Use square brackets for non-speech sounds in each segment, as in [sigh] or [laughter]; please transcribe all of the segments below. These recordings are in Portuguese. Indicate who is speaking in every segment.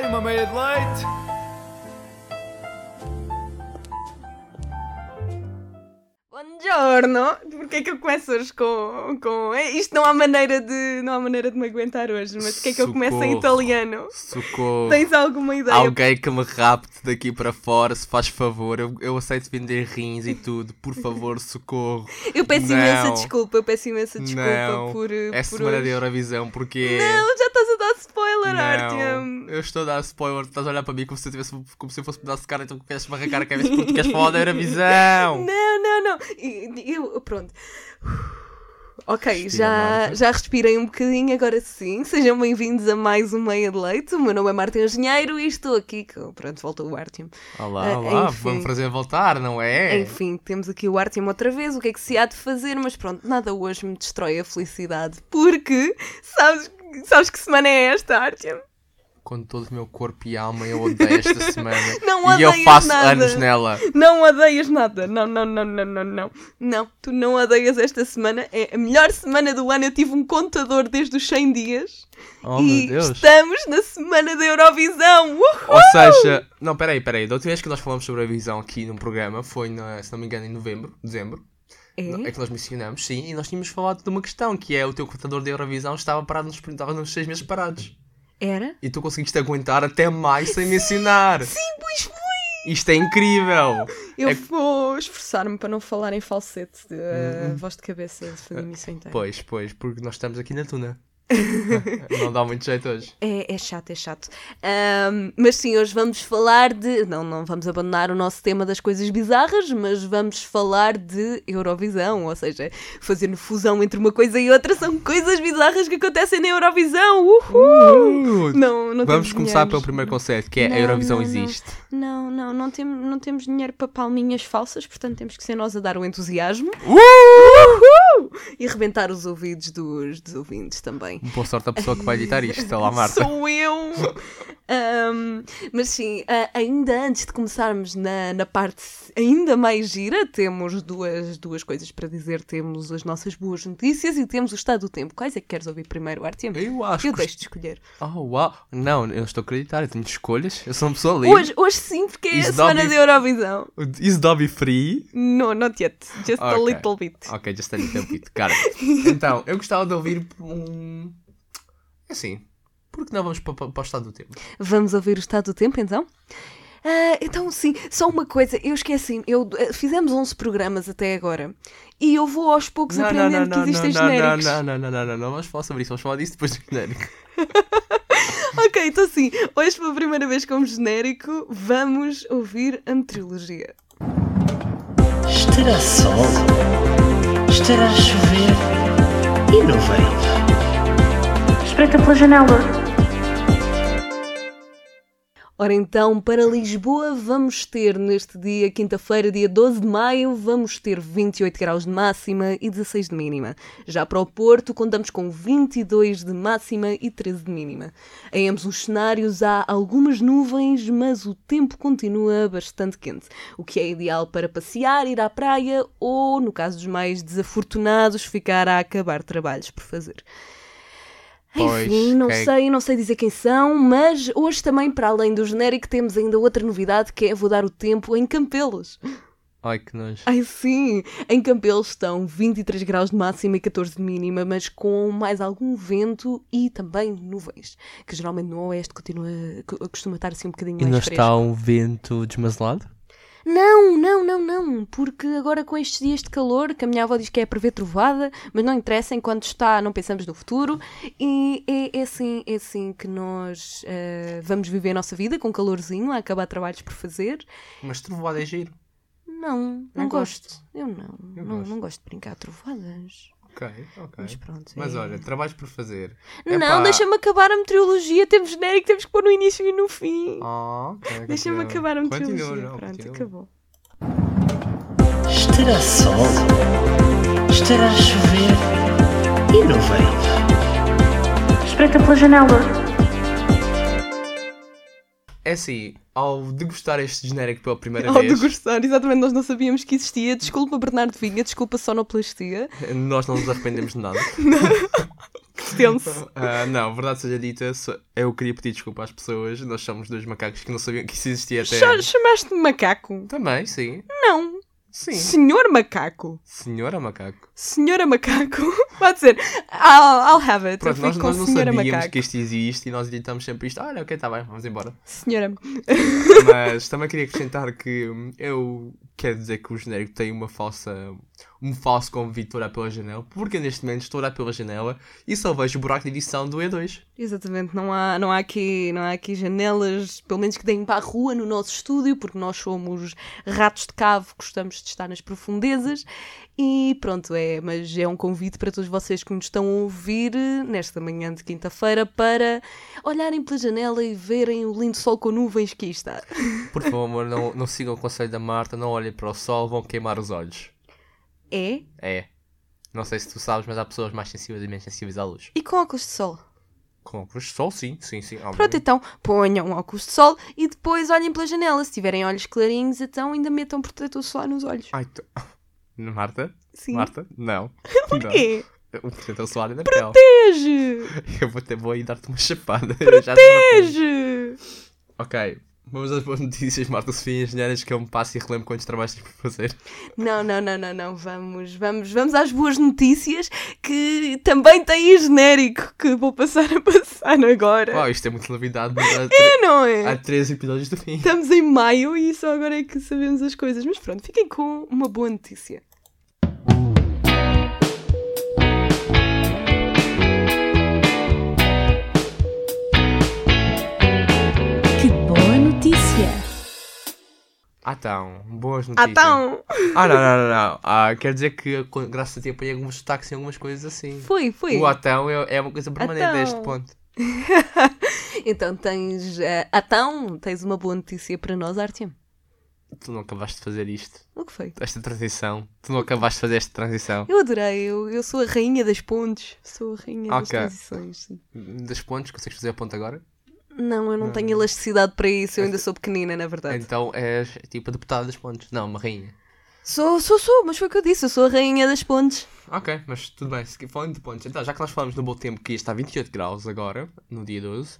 Speaker 1: Am I made it late?
Speaker 2: Buongiorno! Porquê é que eu começo hoje com, com. é, Isto não há maneira de. não há maneira de me aguentar hoje, mas porquê é que eu começo em
Speaker 1: Socorro.
Speaker 2: italiano?
Speaker 1: Socorro.
Speaker 2: Tens alguma ideia?
Speaker 1: Alguém que me rapte daqui para fora, se faz favor. Eu, eu aceito vender rins e tudo. Por favor, socorro.
Speaker 2: Eu peço
Speaker 1: Não.
Speaker 2: imensa desculpa, eu peço imensa desculpa
Speaker 1: Não.
Speaker 2: por. uh,
Speaker 1: É
Speaker 2: por
Speaker 1: semana de
Speaker 2: hoje.
Speaker 1: Eurovisão, porque.
Speaker 2: Não, já estás a dar spoiler, Artyom!
Speaker 1: Não, eu estou a dar spoiler, estás a olhar para mim como se eu, tivesse, como se eu fosse mudar de cara, então queres-me arrancar a cabeça porque queres falar da Eurovisão.
Speaker 2: Não, não, não. E- Eu, pronto. Ok,
Speaker 1: Respira, né?
Speaker 2: já,
Speaker 1: Marta.
Speaker 2: já respirei um bocadinho, agora sim. Sejam bem-vindos a mais um Meia de Leite. O meu nome é Marta Engenheiro e estou aqui com. Pronto, volta o Artyom.
Speaker 1: Olá,
Speaker 2: Ah,
Speaker 1: olá,
Speaker 2: enfim.
Speaker 1: vamos prazer em voltar, não é?
Speaker 2: Enfim, temos aqui o Artyom outra vez. O que é que se há de fazer? Mas pronto, nada hoje me destrói a felicidade. Porque sabes, sabes que semana é esta, Artyom?
Speaker 1: Com todo o meu corpo e alma, eu odeio
Speaker 2: [laughs]
Speaker 1: esta semana.
Speaker 2: Não
Speaker 1: e eu
Speaker 2: odeias
Speaker 1: faço
Speaker 2: nada.
Speaker 1: anos nela.
Speaker 2: Não odeias nada. Não, não, não, não, não, não. Não, tu não odeias esta semana. É a melhor semana do ano. Eu tive um contador desde os 100 dias.
Speaker 1: Oh,
Speaker 2: e
Speaker 1: meu Deus.
Speaker 2: estamos na semana da Eurovisão. Uh! Uhul!
Speaker 1: Ou seja, não, peraí, peraí. Da última vez que nós falamos sobre a visão aqui no programa foi, na- se não me engano, em novembro, dezembro. É que nós mencionamos, sim, e nós tínhamos falado de uma questão que é o teu contador da Eurovisão estava parado nos, estava nos seis meses parados.
Speaker 2: Era?
Speaker 1: E tu conseguiste aguentar até mais sem mencionar.
Speaker 2: Sim, pois foi.
Speaker 1: Isto é incrível!
Speaker 2: Eu
Speaker 1: É que-
Speaker 2: vou esforçar-me para não falar em falsete. Uh,
Speaker 1: Uhum.
Speaker 2: Voz de cabeça de fazer isso inteira.
Speaker 1: Pois, pois, porque nós estamos aqui na
Speaker 2: [laughs]
Speaker 1: tuna. não dá muito jeito hoje.
Speaker 2: É, é chato, é chato. Ahm, mas sim, hoje vamos falar de. Não, não vamos abandonar o nosso tema das coisas bizarras, mas vamos falar de Eurovisão, ou seja, fazendo fusão entre uma coisa e outra são coisas bizarras que acontecem na Eurovisão. Uhul! Uh, Não, não
Speaker 1: Uh! Vamos
Speaker 2: temos
Speaker 1: começar
Speaker 2: dinheiros.
Speaker 1: pelo primeiro conceito, que é
Speaker 2: Não,
Speaker 1: a Eurovisão
Speaker 2: não, não.
Speaker 1: existe.
Speaker 2: Não, não, não, tem, não temos dinheiro para palminhas falsas, portanto temos que ser nós a dar o entusiasmo Uhul! e rebentar os ouvidos dos, dos ouvintes também.
Speaker 1: Boa sorte à pessoa que vai editar isto. Olá, Marta.
Speaker 2: Sou eu! Ahm, mas sim, a- ainda antes de começarmos na, na parte ainda mais gira, temos duas, duas coisas para dizer. Temos as nossas boas notícias e temos o estado do tempo. Quais é que queres ouvir primeiro, Artem?
Speaker 1: Eu acho
Speaker 2: Eu
Speaker 1: que.
Speaker 2: deixo de escolher.
Speaker 1: Oh, uau! Não, eu não estou a acreditar, eu tenho escolhas. Eu sou uma pessoa livre.
Speaker 2: Hoje, hoje sim, porque é
Speaker 1: Isso
Speaker 2: a
Speaker 1: dá
Speaker 2: semana
Speaker 1: bife.
Speaker 2: da Eurovisão.
Speaker 1: Is Dobby free?
Speaker 2: No, not yet. Just a
Speaker 1: Ok.
Speaker 2: little bit.
Speaker 1: Ok, just a little bit, é cara. [laughs] Então, eu gostava de ouvir um. Assim, por que não vamos para, para, para o estado do tempo?
Speaker 2: Vamos ouvir o estado do tempo então? Ah, então, sim, só uma coisa, eu esqueci, eu, eh, fizemos 11 programas até agora e eu vou aos poucos aprendendo que existem
Speaker 1: não, não,
Speaker 2: genéricos.
Speaker 1: não, não, não, não, não, não vamos falar sobre isso, vamos falar disso depois do genérico.
Speaker 2: Ok, então sim, hoje pela primeira vez como genérico, vamos ouvir a metrilogia.
Speaker 3: Estará sol, estará a chover e nuvens.
Speaker 4: Espreita pela janela.
Speaker 2: Ora então, para Lisboa vamos ter neste dia, quinta-feira, dia 12 de maio, vamos ter 28 graus de máxima e 16 de mínima. Já para o Porto, contamos com 22 de máxima e 13 de mínima. Em ambos os cenários há algumas nuvens, mas o tempo continua bastante quente, o que é ideal para passear, ir à praia ou, no caso dos mais desafortunados, ficar a acabar trabalhos por fazer.
Speaker 1: Pois, é
Speaker 2: Enfim, não
Speaker 1: quem-
Speaker 2: sei, não sei dizer quem são, mas hoje também, para além do genérico, temos ainda outra novidade que é vou dar o tempo em Campelos. [laughs]
Speaker 1: Ai que nojo.
Speaker 2: Ai sim, em Campelos estão 23 graus de máxima e 14 de mínima, mas com mais algum vento e também nuvens, que geralmente no oeste continua, co- costuma estar assim um bocadinho
Speaker 1: E não
Speaker 2: mais fresco.
Speaker 1: está um vento desmazelado?
Speaker 2: Não, não, não, não, porque agora com estes dias de calor, que a minha avó diz que é prever trovada, mas não interessa, enquanto está, não pensamos no futuro, e é, é assim, é assim que nós eh, vamos viver a nossa vida, com calorzinho, a acabar trabalhos por fazer.
Speaker 1: Mas trovoada é giro.
Speaker 2: Não, não,
Speaker 1: Eu
Speaker 2: gosto.
Speaker 1: gosto.
Speaker 2: Eu não,
Speaker 1: Eu
Speaker 2: não,
Speaker 1: gosto.
Speaker 2: não gosto de brincar a trovadas,
Speaker 1: Ok, ok.
Speaker 2: mas pronto.
Speaker 1: Mas
Speaker 2: é-
Speaker 1: olha, trabalhos por fazer.
Speaker 2: Não,
Speaker 1: Epá.
Speaker 2: deixa-me acabar a meteorologia, temos genérico, temos que pôr no início e no fim.
Speaker 1: Ah, ok,
Speaker 2: deixa-me
Speaker 1: continua.
Speaker 2: acabar a meteorologia,
Speaker 1: Continua, não,
Speaker 2: pronto,
Speaker 1: continua.
Speaker 2: acabou.
Speaker 3: Estará sol, estará a chover e nuvens.
Speaker 4: Espreita pela janela.
Speaker 1: É assim, ao degustar este genérico pela primeira
Speaker 2: Ao
Speaker 1: vez,
Speaker 2: degustar, exatamente, nós não sabíamos que existia. Desculpa, Bernardo Vinha, desculpa sonoplastia.
Speaker 1: [laughs] nós não nos arrependemos de nada.
Speaker 2: Que tenso.
Speaker 1: Ah, não, verdade seja dita, só- eu queria pedir desculpa às pessoas. Nós somos dois macacos que não sabiam que isso existia até.
Speaker 2: Cha- Chamaste-me macaco?
Speaker 1: Também, sim.
Speaker 2: Não.
Speaker 1: Sim.
Speaker 2: Senhor macaco.
Speaker 1: Senhora macaco.
Speaker 2: Senhora macaco. [laughs] Pode dizer. I'll, I'll have it.
Speaker 1: Pronto,
Speaker 2: eu
Speaker 1: nós,
Speaker 2: fico com
Speaker 1: nós não
Speaker 2: senhora
Speaker 1: sabíamos
Speaker 2: macaco.
Speaker 1: que isto existe e nós editamos sempre isto. Olha, ok, está bem, vamos [laughs] embora.
Speaker 2: Senhora.
Speaker 1: Mas também queria acrescentar que hum, eu quero dizer que o genérico tem uma falsa. um falso convite de olhar pela janela, porque neste momento estou a olhar pela janela e só vejo o buraco de edição do E2.
Speaker 2: Exatamente, não há, não, há aqui, não há aqui janelas, pelo menos que deem para a rua no nosso estúdio, porque nós somos ratos de cavo, gostamos de estar nas profundezas. E pronto, é, mas é um convite para todos vocês que nos estão a ouvir eh, nesta manhã de quinta-feira para olharem pela janela e verem o lindo sol com nuvens que aí está.
Speaker 1: Por favor, não, não sigam o conselho da Marta, não olhem para o sol, vão queimar os olhos.
Speaker 2: É?
Speaker 1: É. Não sei se tu sabes, mas há pessoas mais sensíveis e menos sensíveis à luz.
Speaker 2: E com óculos de sol?
Speaker 1: Com óculos de sol, sim, sim, sim.
Speaker 2: Pronto,
Speaker 1: obviamente.
Speaker 2: então ponham óculos de sol e depois olhem pela janela. Se tiverem olhos clarinhos, então ainda metam protetor solar nos olhos.
Speaker 1: Ai, tu... [laughs] Marta?
Speaker 2: tipo- Sim.
Speaker 1: Marta?
Speaker 2: [laughs]
Speaker 1: Não.
Speaker 2: Porquê?
Speaker 1: Não. O protetor solar é da pele.
Speaker 2: Beijo!
Speaker 1: [laughs] Eu vou, ter, vou aí dar-te uma chapada. [laughs] Eu já te matei.
Speaker 2: Beijo!
Speaker 1: Ok, vamos às boas notícias, Marta Sofia Engenheiras, que eu me passo e relembro quantos trabalhos tens para
Speaker 2: [laughs]
Speaker 1: fazer.
Speaker 2: Não, não, não, não, não. Vamos, vamos, vamos às boas notícias que também tem genérico que vou passar a passar agora.
Speaker 1: Oh, isto é muito novidade, mas há,
Speaker 2: É, não
Speaker 1: tre- há
Speaker 2: [laughs] é?
Speaker 1: três episódios do fim.
Speaker 2: Estamos em maio e só agora é que sabemos as coisas. Mas pronto, fiquem com uma boa notícia.
Speaker 5: Que boa notícia!
Speaker 1: Ah, então, boas
Speaker 2: Ah,
Speaker 1: notícias.
Speaker 2: então!
Speaker 1: Ah, não, não, não, não. Ah, quer dizer que, com- graças a ti, apanhei alguns sotaques e algumas coisas assim.
Speaker 2: Foi, foi.
Speaker 1: O atão é, é uma coisa permanente a este
Speaker 2: Atão.
Speaker 1: ponto.
Speaker 2: Então tens. eh, Ah, então, tens uma boa notícia para nós, Artyom.
Speaker 1: Tu não acabaste de fazer isto,
Speaker 2: O que foi?
Speaker 1: esta transição. Tu não acabaste de fazer esta transição.
Speaker 2: Eu adorei, eu, eu sou a rainha das pontes. Sou a rainha das
Speaker 1: Ok.
Speaker 2: transições. sim.
Speaker 1: Das pontes, consegues fazer a ponta agora?
Speaker 2: Não, eu não tenho elasticidade para isso, eu ainda sou pequenina, na verdade.
Speaker 1: Então és tipo a deputada das pontes. Não, uma rainha.
Speaker 2: Sou, sou, sou, mas foi o que eu disse, eu sou a rainha das pontes.
Speaker 1: Ok, mas tudo bem, se- falando de pontos, então, já que nós falamos no bom tempo que está a 28 graus agora, no dia 12,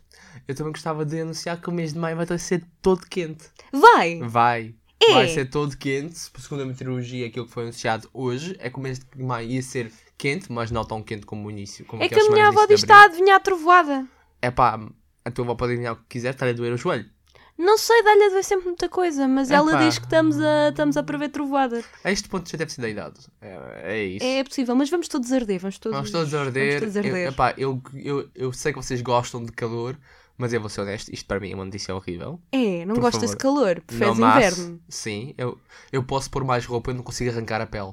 Speaker 1: eu também gostava de anunciar que o mês de maio vai ter- ser todo quente.
Speaker 2: Vai!
Speaker 1: Vai!
Speaker 2: É.
Speaker 1: Vai ser todo quente, segundo a meteorologia, aquilo que foi anunciado hoje, é que o mês de maio ia ser quente, mas não tão quente como o início. Como
Speaker 2: É que a
Speaker 1: aquelas
Speaker 2: minha
Speaker 1: semanas
Speaker 2: avó
Speaker 1: de
Speaker 2: diz que tá-
Speaker 1: início de
Speaker 2: está a adivinhar trovoada.
Speaker 1: abril. É pá, a tua avó pode adivinhar o que quiser, está a doer o joelho.
Speaker 2: Não sei, dá-lhe a ver sempre muita coisa, mas ela
Speaker 1: Epá.
Speaker 2: diz que estamos a, estamos a prever trovoada.
Speaker 1: A este ponto já deve ser da idade. É, é isso.
Speaker 2: É possível, mas vamos todos arder, vamos todos,
Speaker 1: Vamos todos
Speaker 2: vamos
Speaker 1: arder.
Speaker 2: todos
Speaker 1: Eu,
Speaker 2: arder.
Speaker 1: epá, eu, eu, eu sei que vocês gostam de calor, mas eu vou ser honesto, isto para mim é uma notícia horrível.
Speaker 2: É, não
Speaker 1: Por
Speaker 2: gosto
Speaker 1: favor.
Speaker 2: desse calor, preferes
Speaker 1: Não, mas-
Speaker 2: inverno.
Speaker 1: Sim, eu, eu posso pôr mais roupa e não consigo arrancar a pele.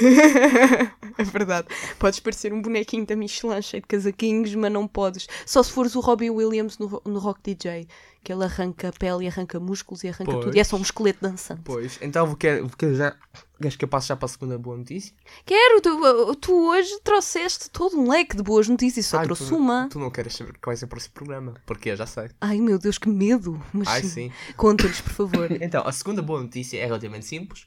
Speaker 2: [laughs] É verdade. Podes parecer um bonequinho da Michelin cheio de casaquinhos, mas não podes. Só se fores o Robbie Williams no, ro- no Rock DJ, que ele arranca pele e arranca músculos e arranca
Speaker 1: Pois.
Speaker 2: tudo. E é só um esqueleto dançante.
Speaker 1: Pois, então vou quero, vou quero já. Queres que eu passe já para a segunda boa notícia?
Speaker 2: Quero, tu, tu hoje trouxeste todo um leque de boas notícias, só
Speaker 1: Ai,
Speaker 2: trouxe
Speaker 1: tu,
Speaker 2: uma.
Speaker 1: Tu não queres saber qual vai ser o próximo programa, porque eu já sei.
Speaker 2: Ai meu Deus, que medo! Mas
Speaker 1: Ai,
Speaker 2: sim.
Speaker 1: sim.
Speaker 2: Conta-nos, por favor.
Speaker 1: Então, a segunda boa notícia é relativamente simples.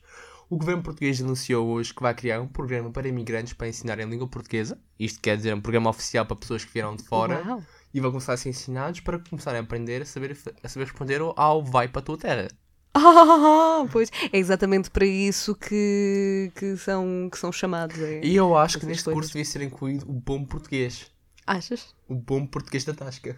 Speaker 1: O governo português anunciou hoje que vai criar um programa para imigrantes para ensinar em língua portuguesa. Isto quer dizer um programa oficial para pessoas que vieram de [laughs] fora.
Speaker 2: Uau.
Speaker 1: e vão começar a ser ensinados para começarem a aprender a saber, a saber responder ao vai para a tua terra.
Speaker 2: Ah, pois é exatamente para isso que, que, são, que são chamados. É.
Speaker 1: E eu acho que
Speaker 2: Essas
Speaker 1: neste
Speaker 2: coisas.
Speaker 1: curso devia ser incluído o bom português.
Speaker 2: Achas?
Speaker 1: O bom português da
Speaker 2: [laughs]
Speaker 1: Tasca.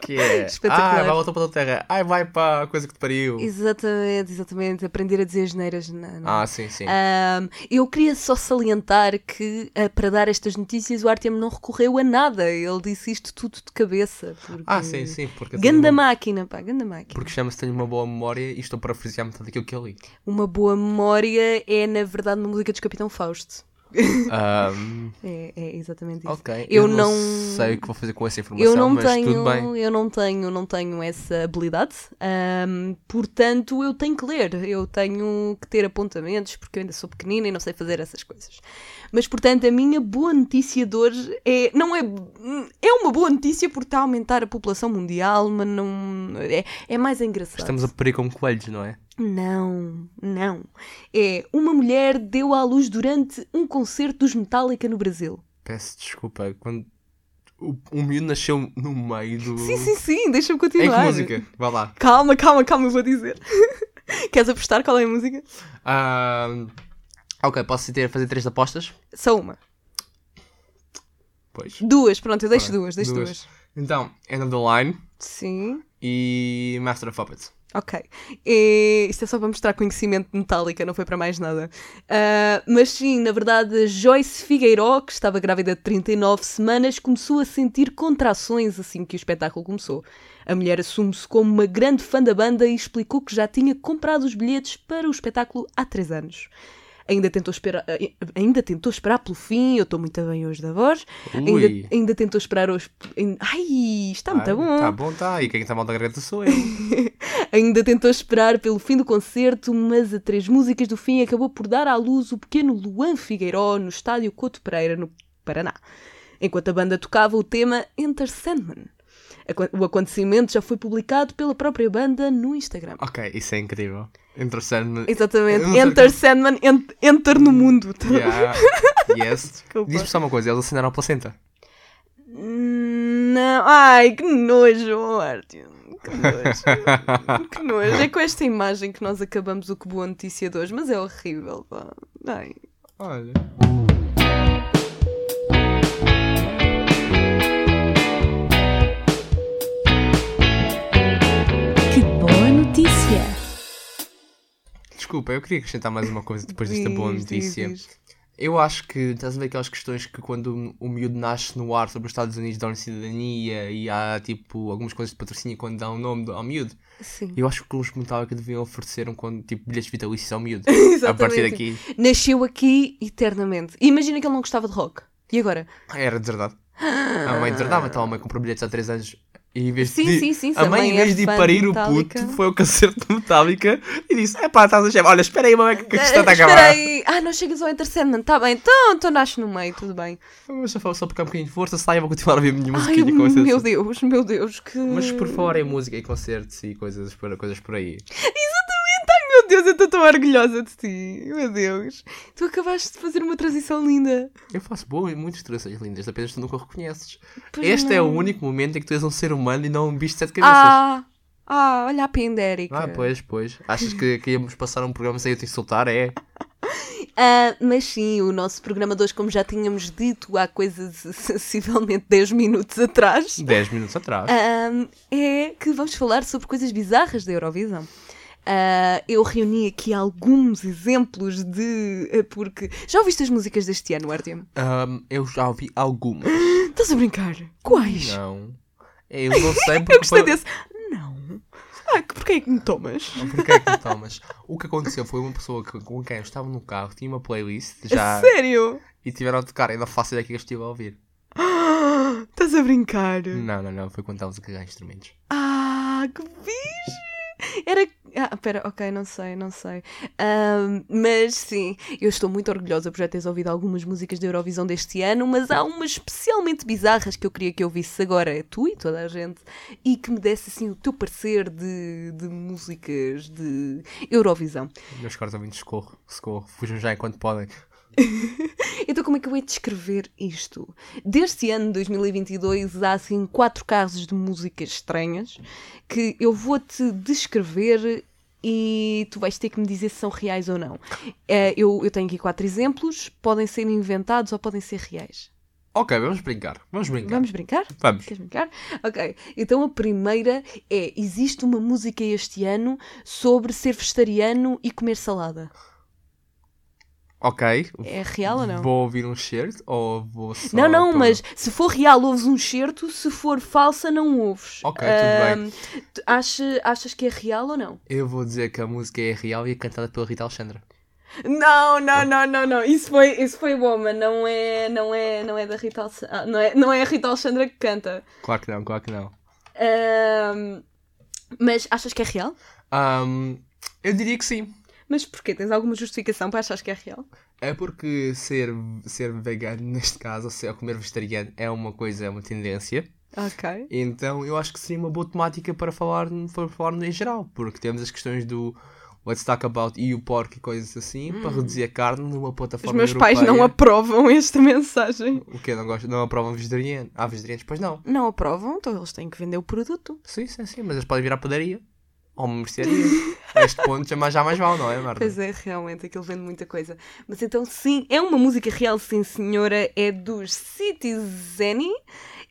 Speaker 1: que é.
Speaker 2: Espetacular.
Speaker 1: Ah, vai voltar para a tua terra. Ai, vai para a coisa que te pariu.
Speaker 2: Exatamente, exatamente. Aprender a dizer geneiras. na- na-
Speaker 1: Ah, sim, sim.
Speaker 2: Ahm, eu queria só salientar que ah, para dar estas notícias o Artem não recorreu a nada. Ele disse isto tudo de cabeça. Porque...
Speaker 1: ah, sim, sim. Porque, eu
Speaker 2: Ganda
Speaker 1: tenho um- uma-
Speaker 2: máquina, pá, ganda máquina.
Speaker 1: porque chama-se Tenho uma boa memória e estou para frisear metade daquilo que eu
Speaker 2: [laughs]
Speaker 1: li.
Speaker 2: Uma boa memória é, na verdade, uma música dos Capitão Fausto.
Speaker 1: Ahm,
Speaker 2: É, é exatamente isso.
Speaker 1: ok.
Speaker 2: Eu
Speaker 1: Eu,
Speaker 2: não-
Speaker 1: sei o que vou fazer com essa informação,
Speaker 2: Eu não
Speaker 1: mas tudo bem.
Speaker 2: tenho, eu não tenho, não tenho essa habilidade. ahm, portanto, eu tenho que ler, eu tenho que ter apontamentos porque eu ainda sou pequenina e não sei fazer essas coisas. Mas portanto, a minha boa notícia de hoje é não é é uma boa notícia porque está a aumentar a população mundial, mas não é, é mais engraçado.
Speaker 1: Estamos a parir como coelhos, não é?
Speaker 2: Não, não. É uma mulher deu à luz durante um concerto dos Metallica no Brasil.
Speaker 1: Peço desculpa, quando o, o miúdo nasceu no meio do.
Speaker 2: Sim, sim, sim, deixa-me
Speaker 1: Em que
Speaker 2: continuar.
Speaker 1: música? Vá lá.
Speaker 2: Calma, calma, calma, eu vou dizer. [laughs] Queres apostar qual é a música?
Speaker 1: Ah, ok, posso ter, fazer três apostas?
Speaker 2: Só uma.
Speaker 1: Pois.
Speaker 2: Duas, pronto, eu deixo
Speaker 1: Bem,
Speaker 2: duas, deixo duas.
Speaker 1: Então, End of the Line
Speaker 2: Sim.
Speaker 1: e Master of Puppets.
Speaker 2: Ok. E, isto é só para mostrar conhecimento de Metallica, não foi para mais nada. Ah, mas sim, na verdade, Joyce Figueiró, que estava grávida de 39 semanas, começou a sentir contrações assim que o espetáculo começou. A mulher assume-se como uma grande fã da banda e explicou que já tinha comprado os bilhetes para o espetáculo há três anos. Ainda tentou, esperar, ai- ainda tentou esperar pelo fim, eu estou muito bem hoje da voz.
Speaker 1: Ui.
Speaker 2: Ainda, ainda tentou esperar hoje. Ai, está muito bom!
Speaker 1: Tá bom, tá. E quem está mal da garganta sou eu. [laughs]
Speaker 2: Ainda tentou esperar pelo fim do concerto, mas a três músicas do fim acabou por dar à luz o pequeno Luan Figueiró no estádio Couto Pereira, no Paraná, enquanto a banda tocava o tema Enter Sandman. Aco- O acontecimento já foi publicado pela própria banda no Instagram.
Speaker 1: ok, isso é incrível. Interessante. Eu não
Speaker 2: Exatamente,
Speaker 1: sei
Speaker 2: Enter Sandman, ent- enter no mundo.
Speaker 1: Yeah. Yes.
Speaker 2: [laughs] Desculpa.
Speaker 1: Diz-me só uma coisa, eles assinaram a placenta.
Speaker 2: [laughs]
Speaker 1: [laughs]
Speaker 2: Não, ai, que nojo, Artyom. Que nojo. que nojo. É com esta imagem que nós acabamos o que boa notícia de hoje, mas é horrível. Pá. Ai.
Speaker 1: Olha.
Speaker 5: Que boa notícia!
Speaker 1: Desculpa, eu queria acrescentar mais uma coisa depois desta boa
Speaker 2: Diz, diz,
Speaker 1: notícia.
Speaker 2: diz.
Speaker 1: Eu acho que estás a ver aquelas questões que quando o miúdo nasce no ar sobre os Estados Unidos dão-lhe cidadania e há tipo algumas coisas de patrocínio quando dão o nome do- ao miúdo.
Speaker 2: Sim.
Speaker 1: Eu acho que os Metallica deviam oferecer um quando, tipo bilhetes vitalícios ao miúdo. a
Speaker 2: [laughs] Exatamente.
Speaker 1: partir daqui
Speaker 2: Nasceu aqui eternamente. Imagina que ele não gostava de rock. E agora?
Speaker 1: era deserdado. A mãe deserdava, então a mãe comprou bilhetes há 3 anos. E em vez
Speaker 2: Sim,
Speaker 1: de,
Speaker 2: sim, sim, se
Speaker 1: a mãe, em vez
Speaker 2: é
Speaker 1: de ir
Speaker 2: fã de
Speaker 1: parir o
Speaker 2: Metallica.
Speaker 1: puto, foi ao concerto de Metallica e disse: É pá, estás a chefe, olha, espera aí, mamãe, que a questão está a
Speaker 2: Espera
Speaker 1: acabar.
Speaker 2: aí. Ah, não chegas ao Enter Sandman. Tá bem, então, então nasce no meio, tudo bem.
Speaker 1: Mas só, só porque há um bocadinho de força, sai, eu vou continuar a ouvir a minha
Speaker 2: Ai,
Speaker 1: musiquinha com essa-
Speaker 2: meu Deus, meu Deus, que.
Speaker 1: Mas por favor, é música e concertos e coisas por, coisas por aí.
Speaker 2: Exatamente! Ai meu Deus, eu estou tão orgulhosa de ti! Meu Deus! Tu acabaste de fazer uma transição linda!
Speaker 1: Eu faço boas e muitas tranças lindas, apenas tu nunca reconheces.
Speaker 2: Pois
Speaker 1: este é o
Speaker 2: não.
Speaker 1: único momento em que tu és um ser humano e não um bicho de sete cabeças. Ah,
Speaker 2: Ah! Ah, olha a pendérica!
Speaker 1: pois, pois. Achas que, que íamos passar um programa sem eu te insultar? É.
Speaker 2: Ah, mas sim, o nosso programa de hoje, como já tínhamos dito há coisas [laughs] sensivelmente 10 minutos atrás,
Speaker 1: 10 minutos atrás.
Speaker 2: Ahm, é que vamos falar sobre coisas bizarras da Eurovisão. Ah, eu reuni aqui alguns exemplos de. eh, Porque. Já ouviste as músicas deste ano, Artem?
Speaker 1: Ahm, eu já ouvi algumas.
Speaker 2: Estás a brincar? Quais?
Speaker 1: Não. [laughs] Eu não sei porque.
Speaker 2: Eu gostei
Speaker 1: foi-
Speaker 2: desse. Não. Ah, que- porquê é que me tomas?
Speaker 1: Porque é que tu tomas? O que aconteceu foi uma pessoa que- com quem eu estava no carro, tinha uma playlist já
Speaker 2: Sério? [gasps]
Speaker 1: e tiveram a tocar, ainda faço ideia que eu estive a ouvir.
Speaker 2: Ah, Estás a brincar?
Speaker 1: Não, não, não, foi quando estavas a cagar instrumentos.
Speaker 2: Ah, que fixe! Era. Ah, pera, ok, não sei, não sei. Ahm, mas sim, eu estou muito orgulhosa por já teres ouvido algumas músicas da Eurovisão deste ano, mas há umas especialmente bizarras que eu queria que eu ouvisse agora, tu e toda a gente, e que me desse assim o teu parecer de, de músicas de Eurovisão.
Speaker 1: Meus caros ouvintes, socorro, socorro, fujam já enquanto podem.
Speaker 2: Então, como é que eu hei de descrever isto? Deste ano, 2022, há assim quatro casos de músicas estranhas que eu vou-te descrever e tu vais ter que me dizer se são reais ou não. Eh, eu, eu tenho aqui quatro exemplos, podem ser inventados ou podem ser reais.
Speaker 1: Ok, vamos brincar, vamos brincar.
Speaker 2: Vamos brincar?
Speaker 1: Vamos.
Speaker 2: Queres brincar? Ok, então a primeira é: existe uma música este ano sobre ser vegetariano e comer salada.
Speaker 1: Ok.
Speaker 2: É real ou não?
Speaker 1: Vou ouvir um shirt ou vou só
Speaker 2: Não, não,
Speaker 1: pela-
Speaker 2: mas se for real, ouves um certo, se for falsa, não ouves.
Speaker 1: Ok, tudo
Speaker 2: bem. Achas, achas que é real ou não?
Speaker 1: Eu vou dizer que a música é real e é cantada pela Rita Alexandra.
Speaker 2: Não, não, não, não, não. Isso foi, isso foi bom, mas não é, não é, não é da Rita Alexandra. Não é, não é a Rita Alexandra que canta.
Speaker 1: Claro que não, claro que não.
Speaker 2: Ahm, mas achas que é real?
Speaker 1: Ahm, eu diria que sim.
Speaker 2: Mas porquê? Tens alguma justificação para achares que é real?
Speaker 1: É porque ser, ser vegano, [laughs] neste caso, ou ser, comer vegetariano, é uma coisa, é uma tendência.
Speaker 2: Ok.
Speaker 1: Então eu acho que seria uma boa temática para falar, para falar em geral, porque temos as questões do Let's Talk About EU Pork e coisas assim, para reduzir a carne numa
Speaker 2: Hum. Os
Speaker 1: plataforma
Speaker 2: meus
Speaker 1: europeia.
Speaker 2: pais não aprovam esta mensagem.
Speaker 1: O quê? Não, gostam, não aprovam vegetariano? Ah, vegetarianos? Pois não.
Speaker 2: Não aprovam, então eles têm que vender o produto.
Speaker 1: Sim, sim, sim, mas eles podem virar padaria. Ou uma
Speaker 2: [laughs]
Speaker 1: mercearia. a este ponto já mais, já mais vale, não é, Marta?
Speaker 2: Pois é, realmente, aquilo vende muita coisa. Mas então, sim, é uma música real, sim, senhora. É dos Citizen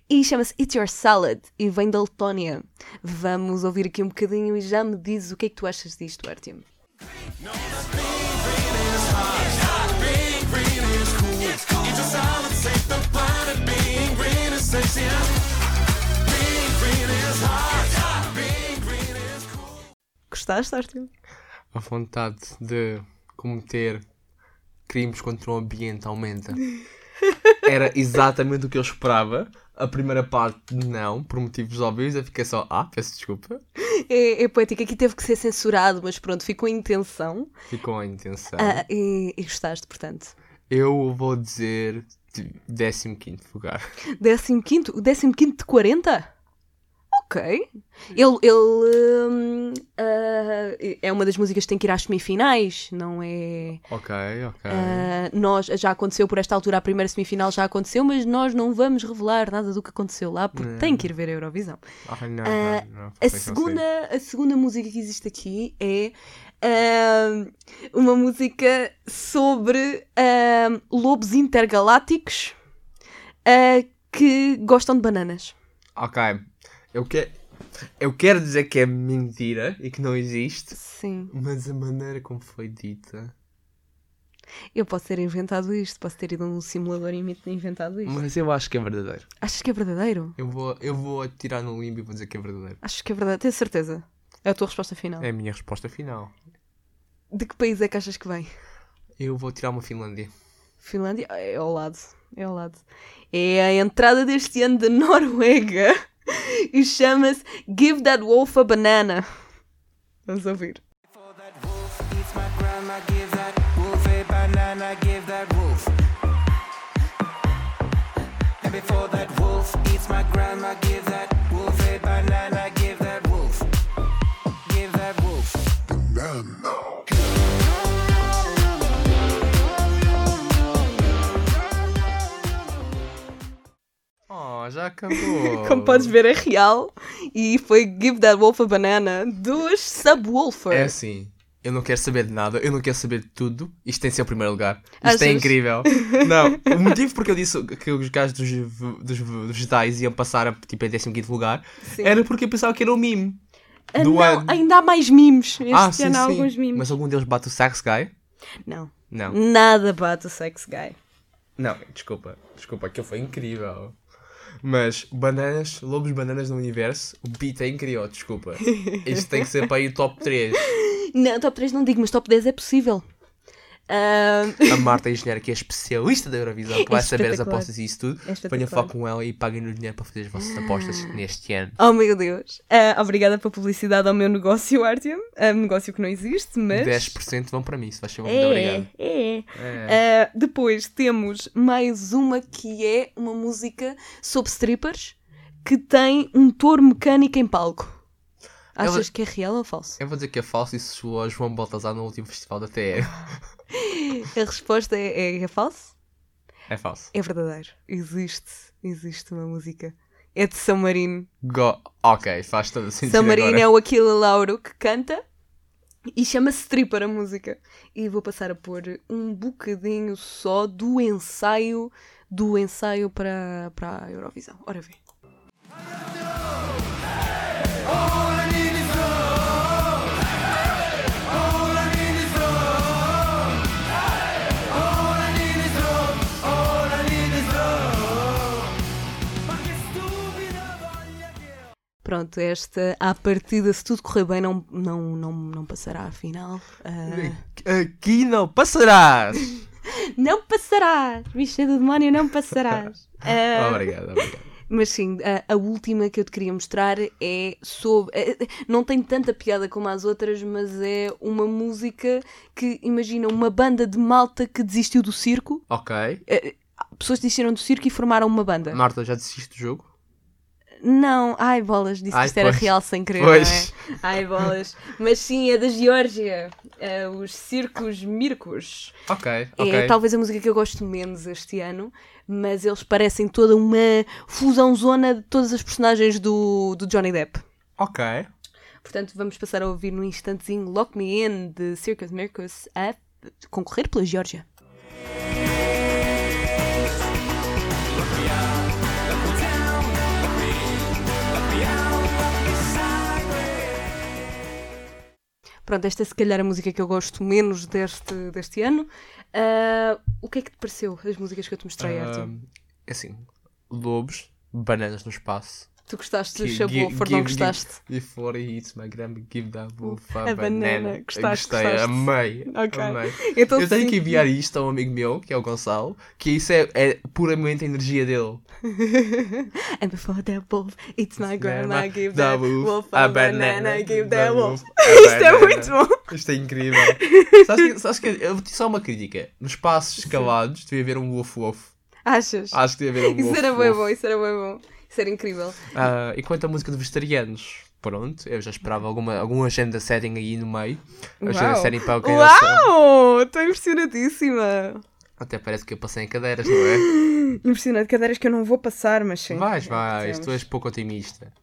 Speaker 2: e chama-se Eat Your Salad e vem da Letónia. Vamos ouvir aqui um bocadinho e já me dizes o que é que tu achas disto, Artyom. Gostaste, Artyom?
Speaker 1: A vontade de cometer crimes contra o ambiente
Speaker 2: [laughs]
Speaker 1: aumenta. Era exatamente o que eu esperava. A primeira parte, não, por motivos óbvios. Eu fiquei só, ah, peço desculpa.
Speaker 2: É, é poético, aqui teve que ser censurado, mas pronto, ficou a intenção.
Speaker 1: Ficou a intenção.
Speaker 2: Ah, e, e gostaste, portanto.
Speaker 1: Eu vou dizer de- 15 lugar.
Speaker 2: 15, o 15 de 40? Ok. Ele, ele hum, ah, é uma das músicas que tem que ir às semifinais, não é?
Speaker 1: Ok, ok.
Speaker 2: Ah, nós, já aconteceu por esta altura, a primeira semifinal já aconteceu, mas nós não vamos revelar nada do que aconteceu lá, porque tem que ir ver a Eurovisão.
Speaker 1: Ai, não,
Speaker 2: ah,
Speaker 1: não, não, foi é
Speaker 2: A
Speaker 1: que eu sei.
Speaker 2: segunda, a segunda música que existe aqui é ahm, uma música sobre ahm, lobos intergalácticos ah, que gostam de bananas.
Speaker 1: Ok. Eu, que... eu quero dizer que é mentira e que não existe,
Speaker 2: Sim,
Speaker 1: mas a maneira como foi dita.
Speaker 2: eu posso ter inventado isto, posso ter ido a um simulador e me- inventado isto.
Speaker 1: Mas eu acho que é verdadeiro.
Speaker 2: Achas que é verdadeiro?
Speaker 1: Eu vou, eu vou atirar no limbo e vou dizer que é verdadeiro.
Speaker 2: Achas que é verdadeiro? Tenho certeza. É a tua resposta final.
Speaker 1: É a minha resposta final.
Speaker 2: De que país é que achas que vem?
Speaker 1: Eu vou tirar uma Finlândia.
Speaker 2: Finlândia? É ao lado. É ao lado. É a entrada deste ano da [laughs] Noruega e chama-se Give That Wolf a Banana. Vamos ouvir.
Speaker 6: Wolf eats my grandma, give that wolf a banana, give that wolf. And before that wolf eats my grandma, give that wolf a banana, give that wolf. Give that wolf.
Speaker 1: Oh, já acabou.
Speaker 2: [laughs] Como podes ver, é real. E foi Give That Wolf a Banana dos Subwoofer.
Speaker 1: É assim. Eu não quero saber de nada, eu não quero saber de tudo. Isto tem que ser o primeiro lugar. Isto é
Speaker 2: Achas?
Speaker 1: incrível. [laughs] Não, o motivo porque eu disse que os gajos dos, v- dos v- dos vegetais iam passar a, tipo, em 15 lugar
Speaker 2: Sim.
Speaker 1: era porque eu pensava que era o mime.
Speaker 2: Ah,
Speaker 1: do
Speaker 2: não,
Speaker 1: ano. Ah,
Speaker 2: ainda há mais mimos. Este ano há alguns mimos.
Speaker 1: Mas algum deles bate o Sax Guy?
Speaker 2: Não.
Speaker 1: Não.
Speaker 2: Nada bate o sex guy.
Speaker 1: Não, desculpa. Desculpa, aquilo foi incrível. Mas bananas, lobos bananas no universo, o beat é incrível,
Speaker 2: [laughs]
Speaker 1: desculpa. Isto tem que ser para aí o top 3.
Speaker 2: Não, top 3 não digo, mas top 10 é possível. Ah, Ahm,
Speaker 1: A Marta, a engenheira, que é especialista da Eurovisão, que vai
Speaker 2: É
Speaker 1: saber as
Speaker 2: espetacular.
Speaker 1: apostas e isso tudo.
Speaker 2: É espetacular.
Speaker 1: Venham falar com ela e paguem-nos dinheiro para fazer as vossas
Speaker 2: [gasps]
Speaker 1: apostas neste ano.
Speaker 2: Oh meu Deus. Ah, obrigada pela publicidade ao meu negócio, Artyom. Ah, Um negócio que não existe, mas.
Speaker 1: 10% vão para mim, se vais ser muito
Speaker 2: É,
Speaker 1: obrigado.
Speaker 2: é.
Speaker 1: É.
Speaker 2: Ah, depois temos mais uma que é uma música sobre strippers que tem um touro mecânico em palco. Achas
Speaker 1: Ela-
Speaker 2: que é real ou falso?
Speaker 1: Eu vou dizer que é falso e soou a João Baltazar no último festival da TE.
Speaker 2: A resposta é, é, é falso?
Speaker 1: É falso.
Speaker 2: É verdadeiro. Existe. Existe uma música. É de São Marino.
Speaker 1: Go- Ok, faz todo o sentido.
Speaker 2: São Marino
Speaker 1: agora.
Speaker 2: é o Aquila Lauro que canta e chama-se Stripper a música. E vou passar a pôr um bocadinho só do ensaio do ensaio para, para a Eurovisão. Ora vem. Pronto, esta à partida, se tudo correr bem, não, não, não, não passará à final. Ah,
Speaker 1: Aqui não passarás!
Speaker 2: [laughs] não passarás! Bicha do demónio, não passarás! Ah,
Speaker 1: Obrigado, obrigado.
Speaker 2: Mas sim, a, a última que eu te queria mostrar é sobre. é- é- não tem tanta piada como as outras, mas é uma música que, imagina, uma banda de malta que desistiu do circo.
Speaker 1: Ok.
Speaker 2: Pessoas desistiram do circo e formaram uma banda.
Speaker 1: Marta, já desististe do jogo?
Speaker 2: Não, ai bolas, disse
Speaker 1: Ai,
Speaker 2: que isto era
Speaker 1: pois.
Speaker 2: real sem querer,
Speaker 1: Pois.
Speaker 2: não é? Ai bolas. Mas sim, é da Geórgia, eh, os Circos Mircos.
Speaker 1: Ok,
Speaker 2: É
Speaker 1: ok.
Speaker 2: talvez a música que eu gosto menos este ano, mas eles parecem toda uma fusão zona de todas as personagens do, do Johnny Depp.
Speaker 1: Ok.
Speaker 2: Portanto, vamos passar a ouvir num instantezinho Lock Me In de Circus Mircus a concorrer pela Geórgia. Pronto, esta é se calhar a música que eu gosto menos deste, deste ano. Ah, o que é que te pareceu as músicas que eu te mostrei, Arthur?
Speaker 1: Ahm, assim, lobos, bananas no espaço.
Speaker 2: Tu gostaste do
Speaker 1: Gi-
Speaker 2: Chabot,
Speaker 1: gi-
Speaker 2: for não
Speaker 1: give- give-
Speaker 2: gostaste?
Speaker 1: Before he eats my grandma, give that wolf a,
Speaker 2: A banana.
Speaker 1: banana.
Speaker 2: Gostaste,
Speaker 1: Gostei,
Speaker 2: gostaste.
Speaker 1: amei.
Speaker 2: Ok.
Speaker 1: amei.
Speaker 2: Então,
Speaker 1: eu tenho
Speaker 2: sim.
Speaker 1: que enviar isto a um amigo meu, que é o Gonçalo, que isso é, é puramente a energia dele.
Speaker 2: [laughs] And before that wolf, it's my grandma,
Speaker 1: Grandma,
Speaker 2: give
Speaker 1: Né, da
Speaker 2: that wolf a banana, give that wolf. [laughs] Isto é
Speaker 1: banana.
Speaker 2: muito bom.
Speaker 1: Isto é
Speaker 2: [laughs]
Speaker 1: incrível. sabes, que, sabes que eu vou só uma crítica. Nos passos escalados devia haver um wolf wolf.
Speaker 2: Achas?
Speaker 1: Acho que devia haver um
Speaker 2: Ah, isso
Speaker 1: wolf
Speaker 2: era
Speaker 1: wolf.
Speaker 2: bem bom, isso era bem bom. Isso era incrível.
Speaker 1: Ah, e quanto à música de vegetarianos, pronto, eu já esperava alguma, alguma agenda setting aí no meio. Agenda
Speaker 2: Uau.
Speaker 1: setting para alguém não sabe.
Speaker 2: Uau! Estou impressionadíssima.
Speaker 1: Até parece que eu passei em cadeiras, não é?
Speaker 2: Impressionante. Cadeiras que eu não vou passar, mas sim.
Speaker 1: Vais,
Speaker 2: É,
Speaker 1: vais, tu
Speaker 2: temos.
Speaker 1: és pouco otimista.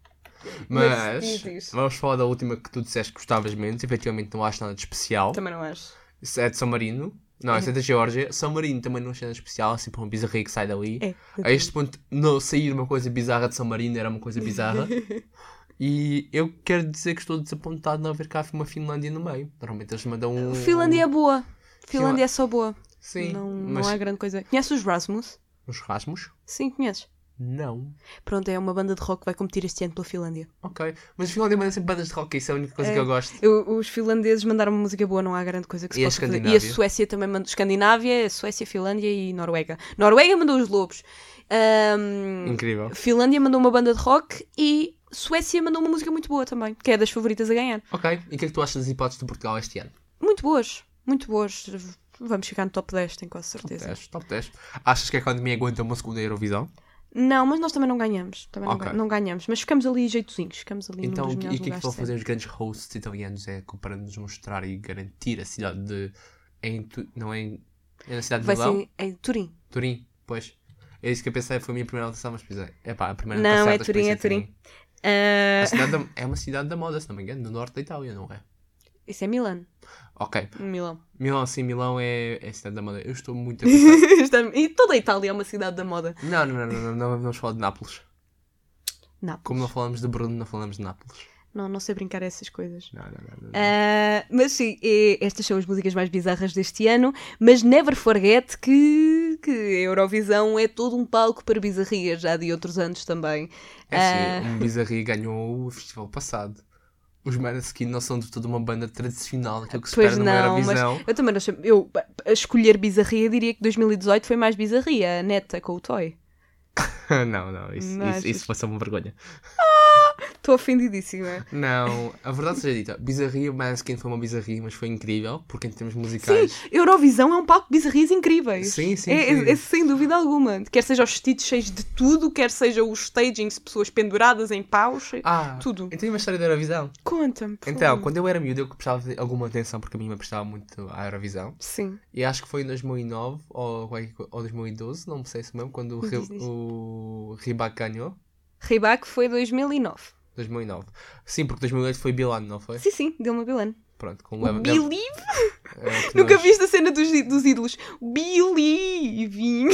Speaker 2: Mas
Speaker 1: Mas
Speaker 2: diz, diz.
Speaker 1: vamos falar da última que tu disseste que gostavas menos, efetivamente não acho nada de especial.
Speaker 2: Também não acho.
Speaker 1: Isso é de São Marino. Não, isso é da
Speaker 2: Uhum.
Speaker 1: Geórgia. São Marino também não achei nada especial, assim, para uma bizarria que sai dali.
Speaker 2: É.
Speaker 1: A este ponto, não sair uma coisa bizarra de São Marino era uma coisa
Speaker 2: [laughs]
Speaker 1: bizarra. e eu quero dizer que estou desapontado não haver cá uma Finlândia no meio. Normalmente eles mandam um.
Speaker 2: Finlândia é boa. Finlândia é só boa.
Speaker 1: Sim,
Speaker 2: não,
Speaker 1: mas
Speaker 2: não é grande coisa. Conheces os Rasmus?
Speaker 1: os Rasmus?
Speaker 2: Sim, conheces.
Speaker 1: Não.
Speaker 2: Pronto, é uma banda de rock que vai competir este ano pela Finlândia.
Speaker 1: Ok. Mas a Finlândia manda sempre bandas de rock, isso é a única coisa
Speaker 2: É.
Speaker 1: que eu gosto.
Speaker 2: Eu- os finlandeses mandaram uma música boa, não há grande coisa que se
Speaker 1: E a
Speaker 2: possa fazer. E a
Speaker 1: Escandinávia?
Speaker 2: Suécia também mandou. Escandinávia, Suécia, Finlândia e Noruega. Noruega mandou os lobos. Ahm,
Speaker 1: Incrível.
Speaker 2: Finlândia mandou uma banda de rock e Suécia mandou uma música muito boa também, que é das favoritas a ganhar.
Speaker 1: Ok. E o que é que tu achas das hipóteses de Portugal este ano?
Speaker 2: Muito boas, muito boas. Vamos ficar no top 10, tenho quase certeza.
Speaker 1: 10, top 10. Achas que a economia aguenta uma segunda Eurovisão?
Speaker 2: Não, mas nós também não ganhamos. Também não
Speaker 1: Ok.
Speaker 2: ga- não, ganhamos. Mas ficamos ali jeitozinhos. Ficamos ali
Speaker 1: Então,
Speaker 2: num
Speaker 1: e
Speaker 2: dos
Speaker 1: o que
Speaker 2: melhores
Speaker 1: é que
Speaker 2: lugares
Speaker 1: vão
Speaker 2: de sempre.
Speaker 1: fazer os grandes hosts italianos é que para nos mostrar e garantir a cidade de. Em, Tu- não é em. É na cidade de
Speaker 2: Vai ser
Speaker 1: Milão?
Speaker 2: em, em Turim.
Speaker 1: Turim, pois. É isso que eu pensei, foi a minha primeira anotação, mas pensei. É pá, a primeira
Speaker 2: Não,
Speaker 1: anotação
Speaker 2: é
Speaker 1: depois
Speaker 2: Turim,
Speaker 1: pensei
Speaker 2: é
Speaker 1: em
Speaker 2: Turim.
Speaker 1: A
Speaker 2: Ah,
Speaker 1: cidade da- é uma cidade da moda, se não me engano, no norte da Itália, não é?
Speaker 2: isso é Milano.
Speaker 1: Ok.
Speaker 2: Milão. [laughs]
Speaker 1: Milão, sim, Milão é, é a cidade da moda. Eu estou muito a pensar.
Speaker 2: Está- E toda a Itália é uma cidade da moda.
Speaker 1: não, não, não, não, não, não vamos falar de Nápoles.
Speaker 2: Nápoles.
Speaker 1: Como não falamos de Bruno, não falamos de Nápoles.
Speaker 2: Não, não sei brincar a essas coisas.
Speaker 1: Não, não, não. não, não.
Speaker 2: Ah, mas sim, é- estas são as músicas mais bizarras deste ano, mas never forget que, que a Eurovisão é todo um palco para bizarrias, já de outros anos também.
Speaker 1: É
Speaker 2: ah.
Speaker 1: assim, um Bizarria ganhou o festival passado. Os Maneskin não são de toda uma banda tradicional, aquilo que se
Speaker 2: Pois
Speaker 1: espera numa
Speaker 2: não, mas
Speaker 1: Eurovisão.
Speaker 2: [laughs] eu também não sei. Eu, a escolher bizarria, diria que 2018 foi mais bizarria, a neta com o Toy.
Speaker 1: não, não, isso,
Speaker 2: Não
Speaker 1: isso,
Speaker 2: achas?
Speaker 1: isso foi só uma vergonha.
Speaker 2: Estou ofendidíssima.
Speaker 1: Não, a verdade seja dita, Bizarria, o Maneskin foi uma bizarria, mas foi incrível, porque em termos musicais.
Speaker 2: Sim, Eurovisão é um palco de bizarrias incríveis.
Speaker 1: Sim, sim,
Speaker 2: É,
Speaker 1: sim.
Speaker 2: é- é sem dúvida alguma. Quer seja os vestidos cheios de tudo, quer seja os stagings, pessoas penduradas em paus.
Speaker 1: Ah,
Speaker 2: Tudo.
Speaker 1: Então, e uma história da Eurovisão.
Speaker 2: Conta-me. por
Speaker 1: Então,
Speaker 2: favor.
Speaker 1: quando eu era miúdo, eu prestava alguma atenção, porque a minha mãe prestava muito à Eurovisão.
Speaker 2: Sim.
Speaker 1: E acho que foi em 2009 ou, qualquer co- ou 2012, não me sei se mesmo, quando o,
Speaker 2: Diz,
Speaker 1: Ri-
Speaker 2: diz.
Speaker 1: o Ribac ganhou.
Speaker 2: Reebok foi 2009.
Speaker 1: 2009. Sim, porque 2008 foi Bilan, não foi?
Speaker 2: Sim, sim, Dilma Bilan.
Speaker 1: Pronto, com
Speaker 2: O
Speaker 1: Leva.
Speaker 2: Billy?
Speaker 1: é, que
Speaker 2: [laughs] Nunca
Speaker 1: nós-
Speaker 2: viste a cena dos, í- dos ídolos. [laughs] Believing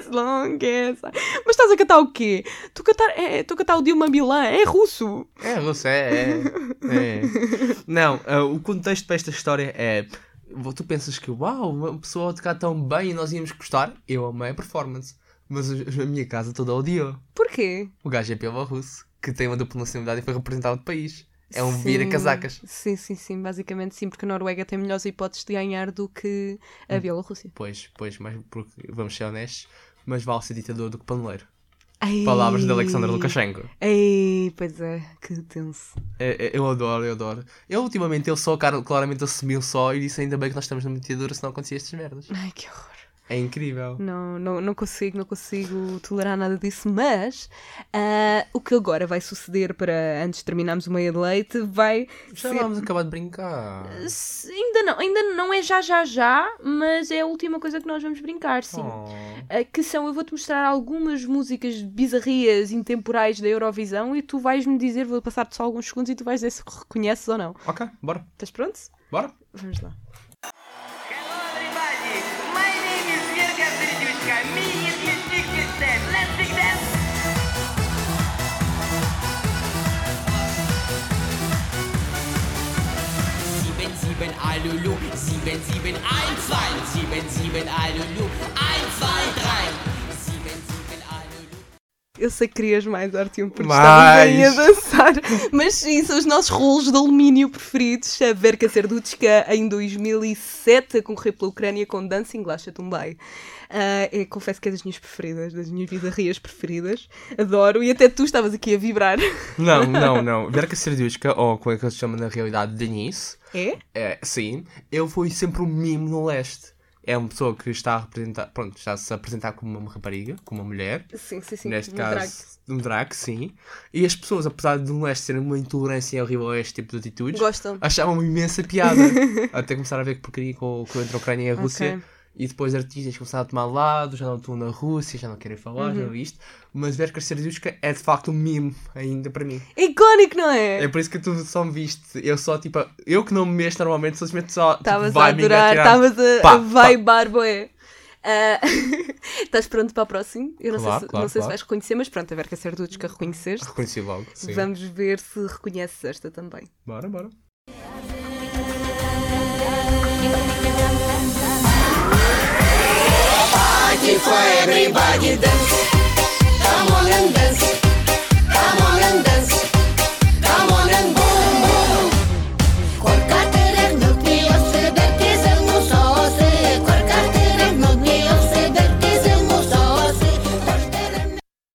Speaker 2: as long as... Mas estás a cantar o quê? Tu cantar, é, tu cantar o Dilma Bilan é russo.
Speaker 1: É, você é. é. Não, ah, o contexto para esta história é. Tu pensas que, uau, uma pessoa a tocar tão bem e nós íamos gostar? Eu amei a performance, mas os- a minha casa toda odiou.
Speaker 2: Porquê?
Speaker 1: O gajo é bielorrusso, que tem uma dupla nacionalidade e foi representado do país. É um vira-casacas.
Speaker 2: Sim, sim, sim, basicamente sim, porque a Noruega tem melhores hipóteses de ganhar do que
Speaker 1: Hum.
Speaker 2: a Bielorrússia.
Speaker 1: Pois, pois, mas porque, vamos ser honestos, mas vale ser ditador do que paneleiro.
Speaker 2: Ai.
Speaker 1: Palavras de Alexandre Lukashenko.
Speaker 2: Ei, pois é, que tenso.
Speaker 1: É, é, Eu adoro, eu adoro. Eu ultimamente ele só cara- claramente assumiu só e disse ainda bem que nós estamos na metidura se não acontecia estas merdas.
Speaker 2: Ai, que horror.
Speaker 1: É incrível.
Speaker 2: Não, não, não consigo, não consigo tolerar nada disso, mas ah, o que agora vai suceder para antes de terminarmos o meio de leite vai
Speaker 1: Já
Speaker 2: ser-
Speaker 1: vamos acabar de brincar.
Speaker 2: Eh, Se- Ainda não, ainda não é já já já, mas é a última coisa que nós vamos brincar, sim.
Speaker 1: Oh.
Speaker 2: Ah, que são, eu vou-te mostrar algumas músicas bizarrias, intemporais da Eurovisão e tu vais-me dizer, vou passar-te só alguns segundos e tu vais dizer se reconheces ou não.
Speaker 1: Ok, bora,
Speaker 2: Estás pronto?
Speaker 1: bora.
Speaker 2: Vamos lá.
Speaker 7: Hello everybody, my name is Mirka Сердючка, me is his big step, let's sing dance!
Speaker 8: sieben, sieben, Alulu, sieben, sieben, ein, zwei, sieben, sieben, Alulu, ein, zwei, drei, sieben, sieben, Alulu.
Speaker 2: Eu sei que querias mais, Artyom, porque
Speaker 1: Mais.
Speaker 2: estava bem a dançar. Mas sim, são os nossos rolos de alumínio preferidos. A Verka Serdutska, em 2007, a concorrer pela Ucrânia com Dancing Lasha Tumbai. Ah, é, confesso que é das minhas preferidas, das minhas bizarrias preferidas. Adoro. E até tu estavas aqui a vibrar.
Speaker 1: Não, [laughs] não, não. Verka Serdiushka, ou como é que ela se chama na realidade, Denise,
Speaker 2: É?
Speaker 1: é, sim, eu fui sempre um mimo no leste. É uma pessoa que está a representar, pronto, está a se apresentar como uma rapariga, como uma mulher.
Speaker 2: Sim, sim, sim.
Speaker 1: neste
Speaker 2: um
Speaker 1: caso,
Speaker 2: drag.
Speaker 1: um drag, sim. E as pessoas, apesar de no leste serem uma intolerância horrível a este tipo de atitudes,
Speaker 2: Gostam.
Speaker 1: achavam imensa
Speaker 2: [laughs]
Speaker 1: piada. Até começar a ver que porcaria com, com entre a Ucrânia e a Rússia.
Speaker 2: Ok.
Speaker 1: E depois artistas começaram a tomar lado, já não estão na Rússia, já não querem falar,
Speaker 2: Uhum.
Speaker 1: já não isto. Mas Verka Serdiushka é de facto um mimo ainda para mim.
Speaker 2: É Icónico, não é?
Speaker 1: É por isso que tu só me viste. Eu só, tipo, eu que não me mexo normalmente, simplesmente só. tipo,
Speaker 2: Estavas a
Speaker 1: vai-me
Speaker 2: adorar,
Speaker 1: engatilhar.
Speaker 2: estavas a,
Speaker 1: Pá,
Speaker 2: a vibar, boé. Ah, [laughs] estás pronto para a próxima? Eu não
Speaker 1: Claro,
Speaker 2: sei, se,
Speaker 1: claro,
Speaker 2: não sei se
Speaker 1: claro.
Speaker 2: vais reconhecer, mas pronto, a Verca Serdutska reconheceste.
Speaker 1: Reconheci logo, sim.
Speaker 2: Vamos ver se reconheces esta também.
Speaker 1: Bora, bora.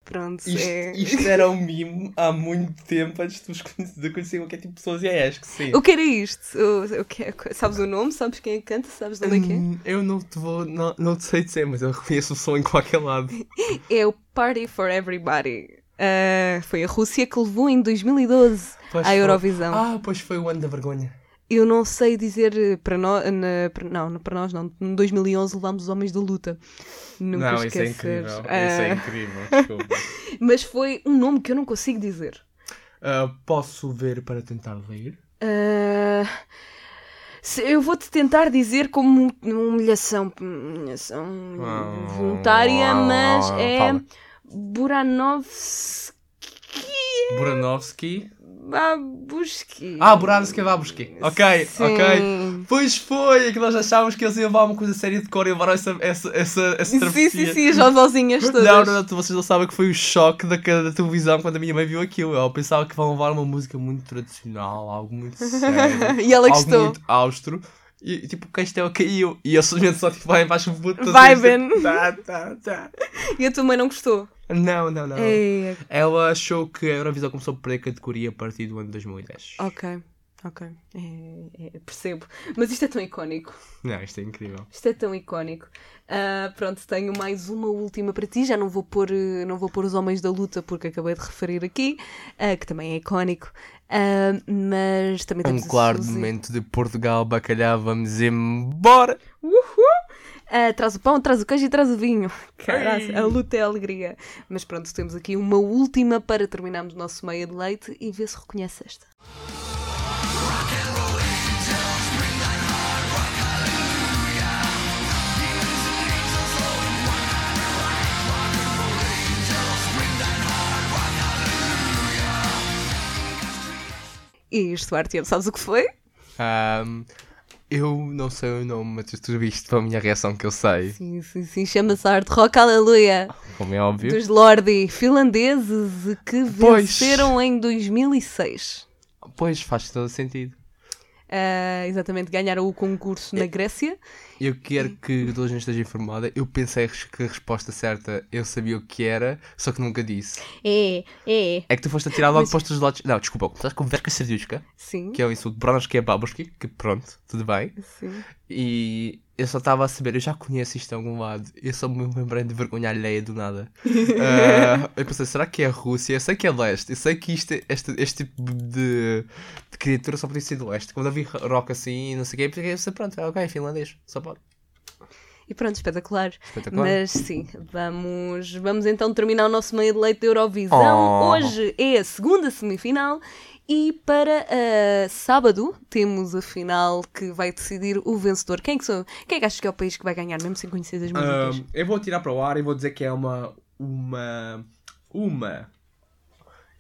Speaker 2: Pronto,
Speaker 1: Isto,
Speaker 2: é.
Speaker 1: isto era um mimo há muito tempo antes de tu os conhe- de conhecer qualquer tipo de pessoas e é acho que sim.
Speaker 2: O que era isto? O, o que é- sabes o nome? Sabes quem é que canta? Sabes de onde é que
Speaker 1: Hum, Eu não te vou, não, não te sei dizer, mas eu reconheço o som em qualquer
Speaker 2: [laughs]
Speaker 1: lado.
Speaker 2: é? É o Party for Everybody. Ah, foi a Rússia que levou em 2012
Speaker 1: Pois
Speaker 2: à
Speaker 1: foi.
Speaker 2: Eurovisão.
Speaker 1: Ah, pois foi o ano da vergonha.
Speaker 2: Eu não sei dizer eh, para nós, na- para- não, não para nós não. Em 2011 levámos os Homens da Luta. Nunca
Speaker 1: é
Speaker 2: esquecer. Ah, [laughs]
Speaker 1: incrível, desculpa.
Speaker 2: Mas foi um nome que eu não consigo dizer.
Speaker 1: Ah, posso ver para tentar ler?
Speaker 2: Ah, se- eu vou-te tentar dizer como um- humilhação, humilhação
Speaker 1: Ah,
Speaker 2: voluntária,
Speaker 1: ah,
Speaker 2: mas
Speaker 1: ah,
Speaker 2: é
Speaker 1: fala.
Speaker 2: Buranovski
Speaker 1: Buranovski.
Speaker 2: Babuski.
Speaker 1: Ah, Buranovski Babushki. Ok,
Speaker 2: Sim.
Speaker 1: ok. Pois foi, é que nós achávamos que eles iam levar uma coisa séria de cor e levaram essa, essa, essa, essa
Speaker 2: Sim,
Speaker 1: travessia.
Speaker 2: sim, sim, as vovozinhas todas.
Speaker 1: Não, não, não, tu- vocês não sabem que foi o choque da, ca- da televisão quando a minha mãe viu aquilo. Ela pensava que vão levar uma música muito tradicional, algo muito
Speaker 2: [laughs]
Speaker 1: sério,
Speaker 2: E ela
Speaker 1: algo
Speaker 2: gostou.
Speaker 1: muito austro. E, e, tipo, o castelo caiu. E eu simplesmente só tipo, vai embaixo botas.
Speaker 2: Vai, Ben.
Speaker 1: Tá, tá, tá.
Speaker 2: E a tua mãe não gostou.
Speaker 1: Não, não, não.
Speaker 2: É,
Speaker 1: Ela achou que a Eurovisão começou a perder categoria a partir do ano 2010.
Speaker 2: é, ok, ok. É, é, percebo. Mas isto é tão icónico.
Speaker 1: Não, isto é incrível.
Speaker 2: Isto é tão icónico. Ah, pronto, tenho mais uma última para ti. Já não vou pôr, eh, não vou pôr os homens da luta porque acabei de referir aqui, ah, que também é icónico. Ah, mas também
Speaker 1: Um
Speaker 2: temos a
Speaker 1: claro
Speaker 2: Suzy.
Speaker 1: momento de Portugal, bacalhau, vamos embora.
Speaker 2: Uhul! Ah, traz o pão, traz o queijo e traz o vinho. Caraca, a luta é a alegria. Mas pronto, temos aqui uma última para terminarmos o nosso meio de leite e ver se reconhece esta. E isto, Artyom, sabes o que foi?
Speaker 1: Ahm, eu não sei o nome, mas tu viste pela minha reação que eu sei,
Speaker 2: Sim, sim, sim, chama-se Hard Rock Aleluia.
Speaker 1: como é óbvio.
Speaker 2: dos Lordi finlandeses que
Speaker 1: Pois.
Speaker 2: venceram em 2006.
Speaker 1: Pois, faz todo sentido.
Speaker 2: Ah, exatamente, ganharam o concurso
Speaker 1: É.
Speaker 2: na Grécia.
Speaker 1: Eu quero que toda a gente esteja informada. Eu pensei res- que a resposta certa eu sabia o que era, só que nunca disse.
Speaker 2: É, é.
Speaker 1: É que tu foste a tirar logo para os teus lados. Não, desculpa, começaste com Verka Serdiushka,
Speaker 2: Sim,
Speaker 1: é que é o insulto de Bronas, que é Babushki, que pronto, tudo bem.
Speaker 2: sim.
Speaker 1: E Eu só estava a saber, eu já conheço isto de algum lado. Eu só me lembrei de vergonha alheia do
Speaker 2: [laughs]
Speaker 1: nada. Ah, eu pensei, será que é a Rússia? Eu sei que é leste. Eu sei que isto, este, este tipo de, de criatura só podia ser do leste. Quando eu vi rock assim e não sei o quê, eu pensei, pronto, é ok, finlandês. Só pode.
Speaker 2: E pronto, espetacular.
Speaker 1: Espetacular.
Speaker 2: Mas sim, vamos, vamos então terminar o nosso meio de leite da Eurovisão.
Speaker 1: Oh.
Speaker 2: Hoje é a segunda semifinal e para ah, sábado temos a final que vai decidir o vencedor. Quem é que, sou? Quem é que achas que é o país que vai ganhar, mesmo sem conhecer as músicas?
Speaker 1: Ahm, eu vou tirar para o ar e vou dizer que é uma. Uma. Uma.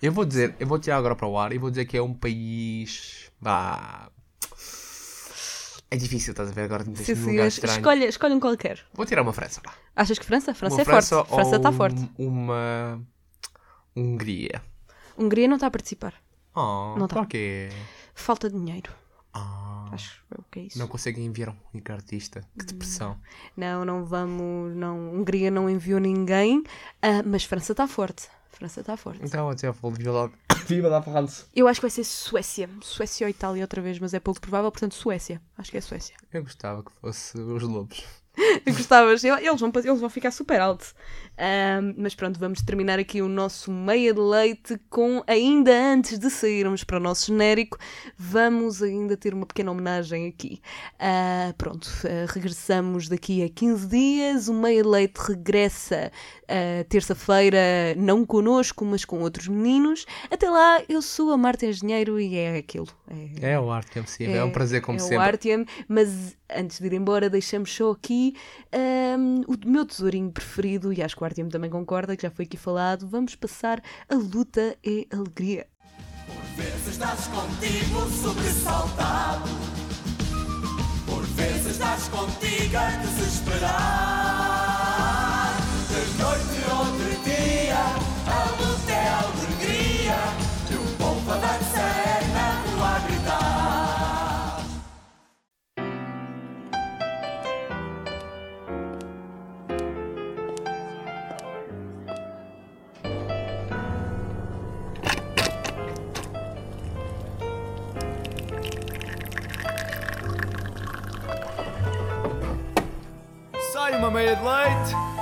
Speaker 1: Eu vou dizer, eu vou tirar agora para o ar e vou dizer que é um país. Vá. É difícil, estás a ver agora? Me
Speaker 2: Sim,
Speaker 1: deixa num
Speaker 2: sim,
Speaker 1: lugar
Speaker 2: es-
Speaker 1: estranho.
Speaker 2: escolhe, escolhe um qualquer.
Speaker 1: Vou tirar uma França. vá.
Speaker 2: Achas que França? França
Speaker 1: uma
Speaker 2: é forte. França está
Speaker 1: ou
Speaker 2: forte.
Speaker 1: um- Uma. Hungria.
Speaker 2: Hungria não está a participar.
Speaker 1: Oh,
Speaker 2: Não
Speaker 1: não
Speaker 2: tá.
Speaker 1: porquê?
Speaker 2: Falta de dinheiro.
Speaker 1: Ah,
Speaker 2: Acho eu que é isso.
Speaker 1: não conseguem enviar um único artista. Que depressão.
Speaker 2: Hum. Não, não vamos. Não, Hungria não enviou ninguém, ah, mas França está forte. França está forte.
Speaker 1: Então, até vou viva lá. Viva lá, França.
Speaker 2: Eu acho que vai ser Suécia. Suécia ou Itália outra vez, mas é pouco provável, portanto, Suécia. Acho que é Suécia.
Speaker 1: Eu gostava que fosse os lobos.
Speaker 2: [laughs] Gostavas? Eu- Eles vão, pa- eles vão ficar super alto. Ahm, mas pronto, vamos terminar aqui o nosso meia de leite com, ainda antes de sairmos para o nosso genérico, vamos ainda ter uma pequena homenagem aqui. Ah, pronto, ah, regressamos daqui a 15 dias. O meia de leite regressa ah, terça-feira, não connosco, mas com outros meninos. Até lá, eu sou a Marta Engenheiro e é aquilo. É-
Speaker 1: É o arte, é possível. É, um prazer, como
Speaker 2: é
Speaker 1: sempre.
Speaker 2: O Artyom, mas antes de ir embora, deixamos só aqui ahm, o meu tesourinho preferido, e acho que o Artyom também concorda, que já foi aqui falado. Vamos passar a luta e alegria.
Speaker 9: Sai uma meia de leite.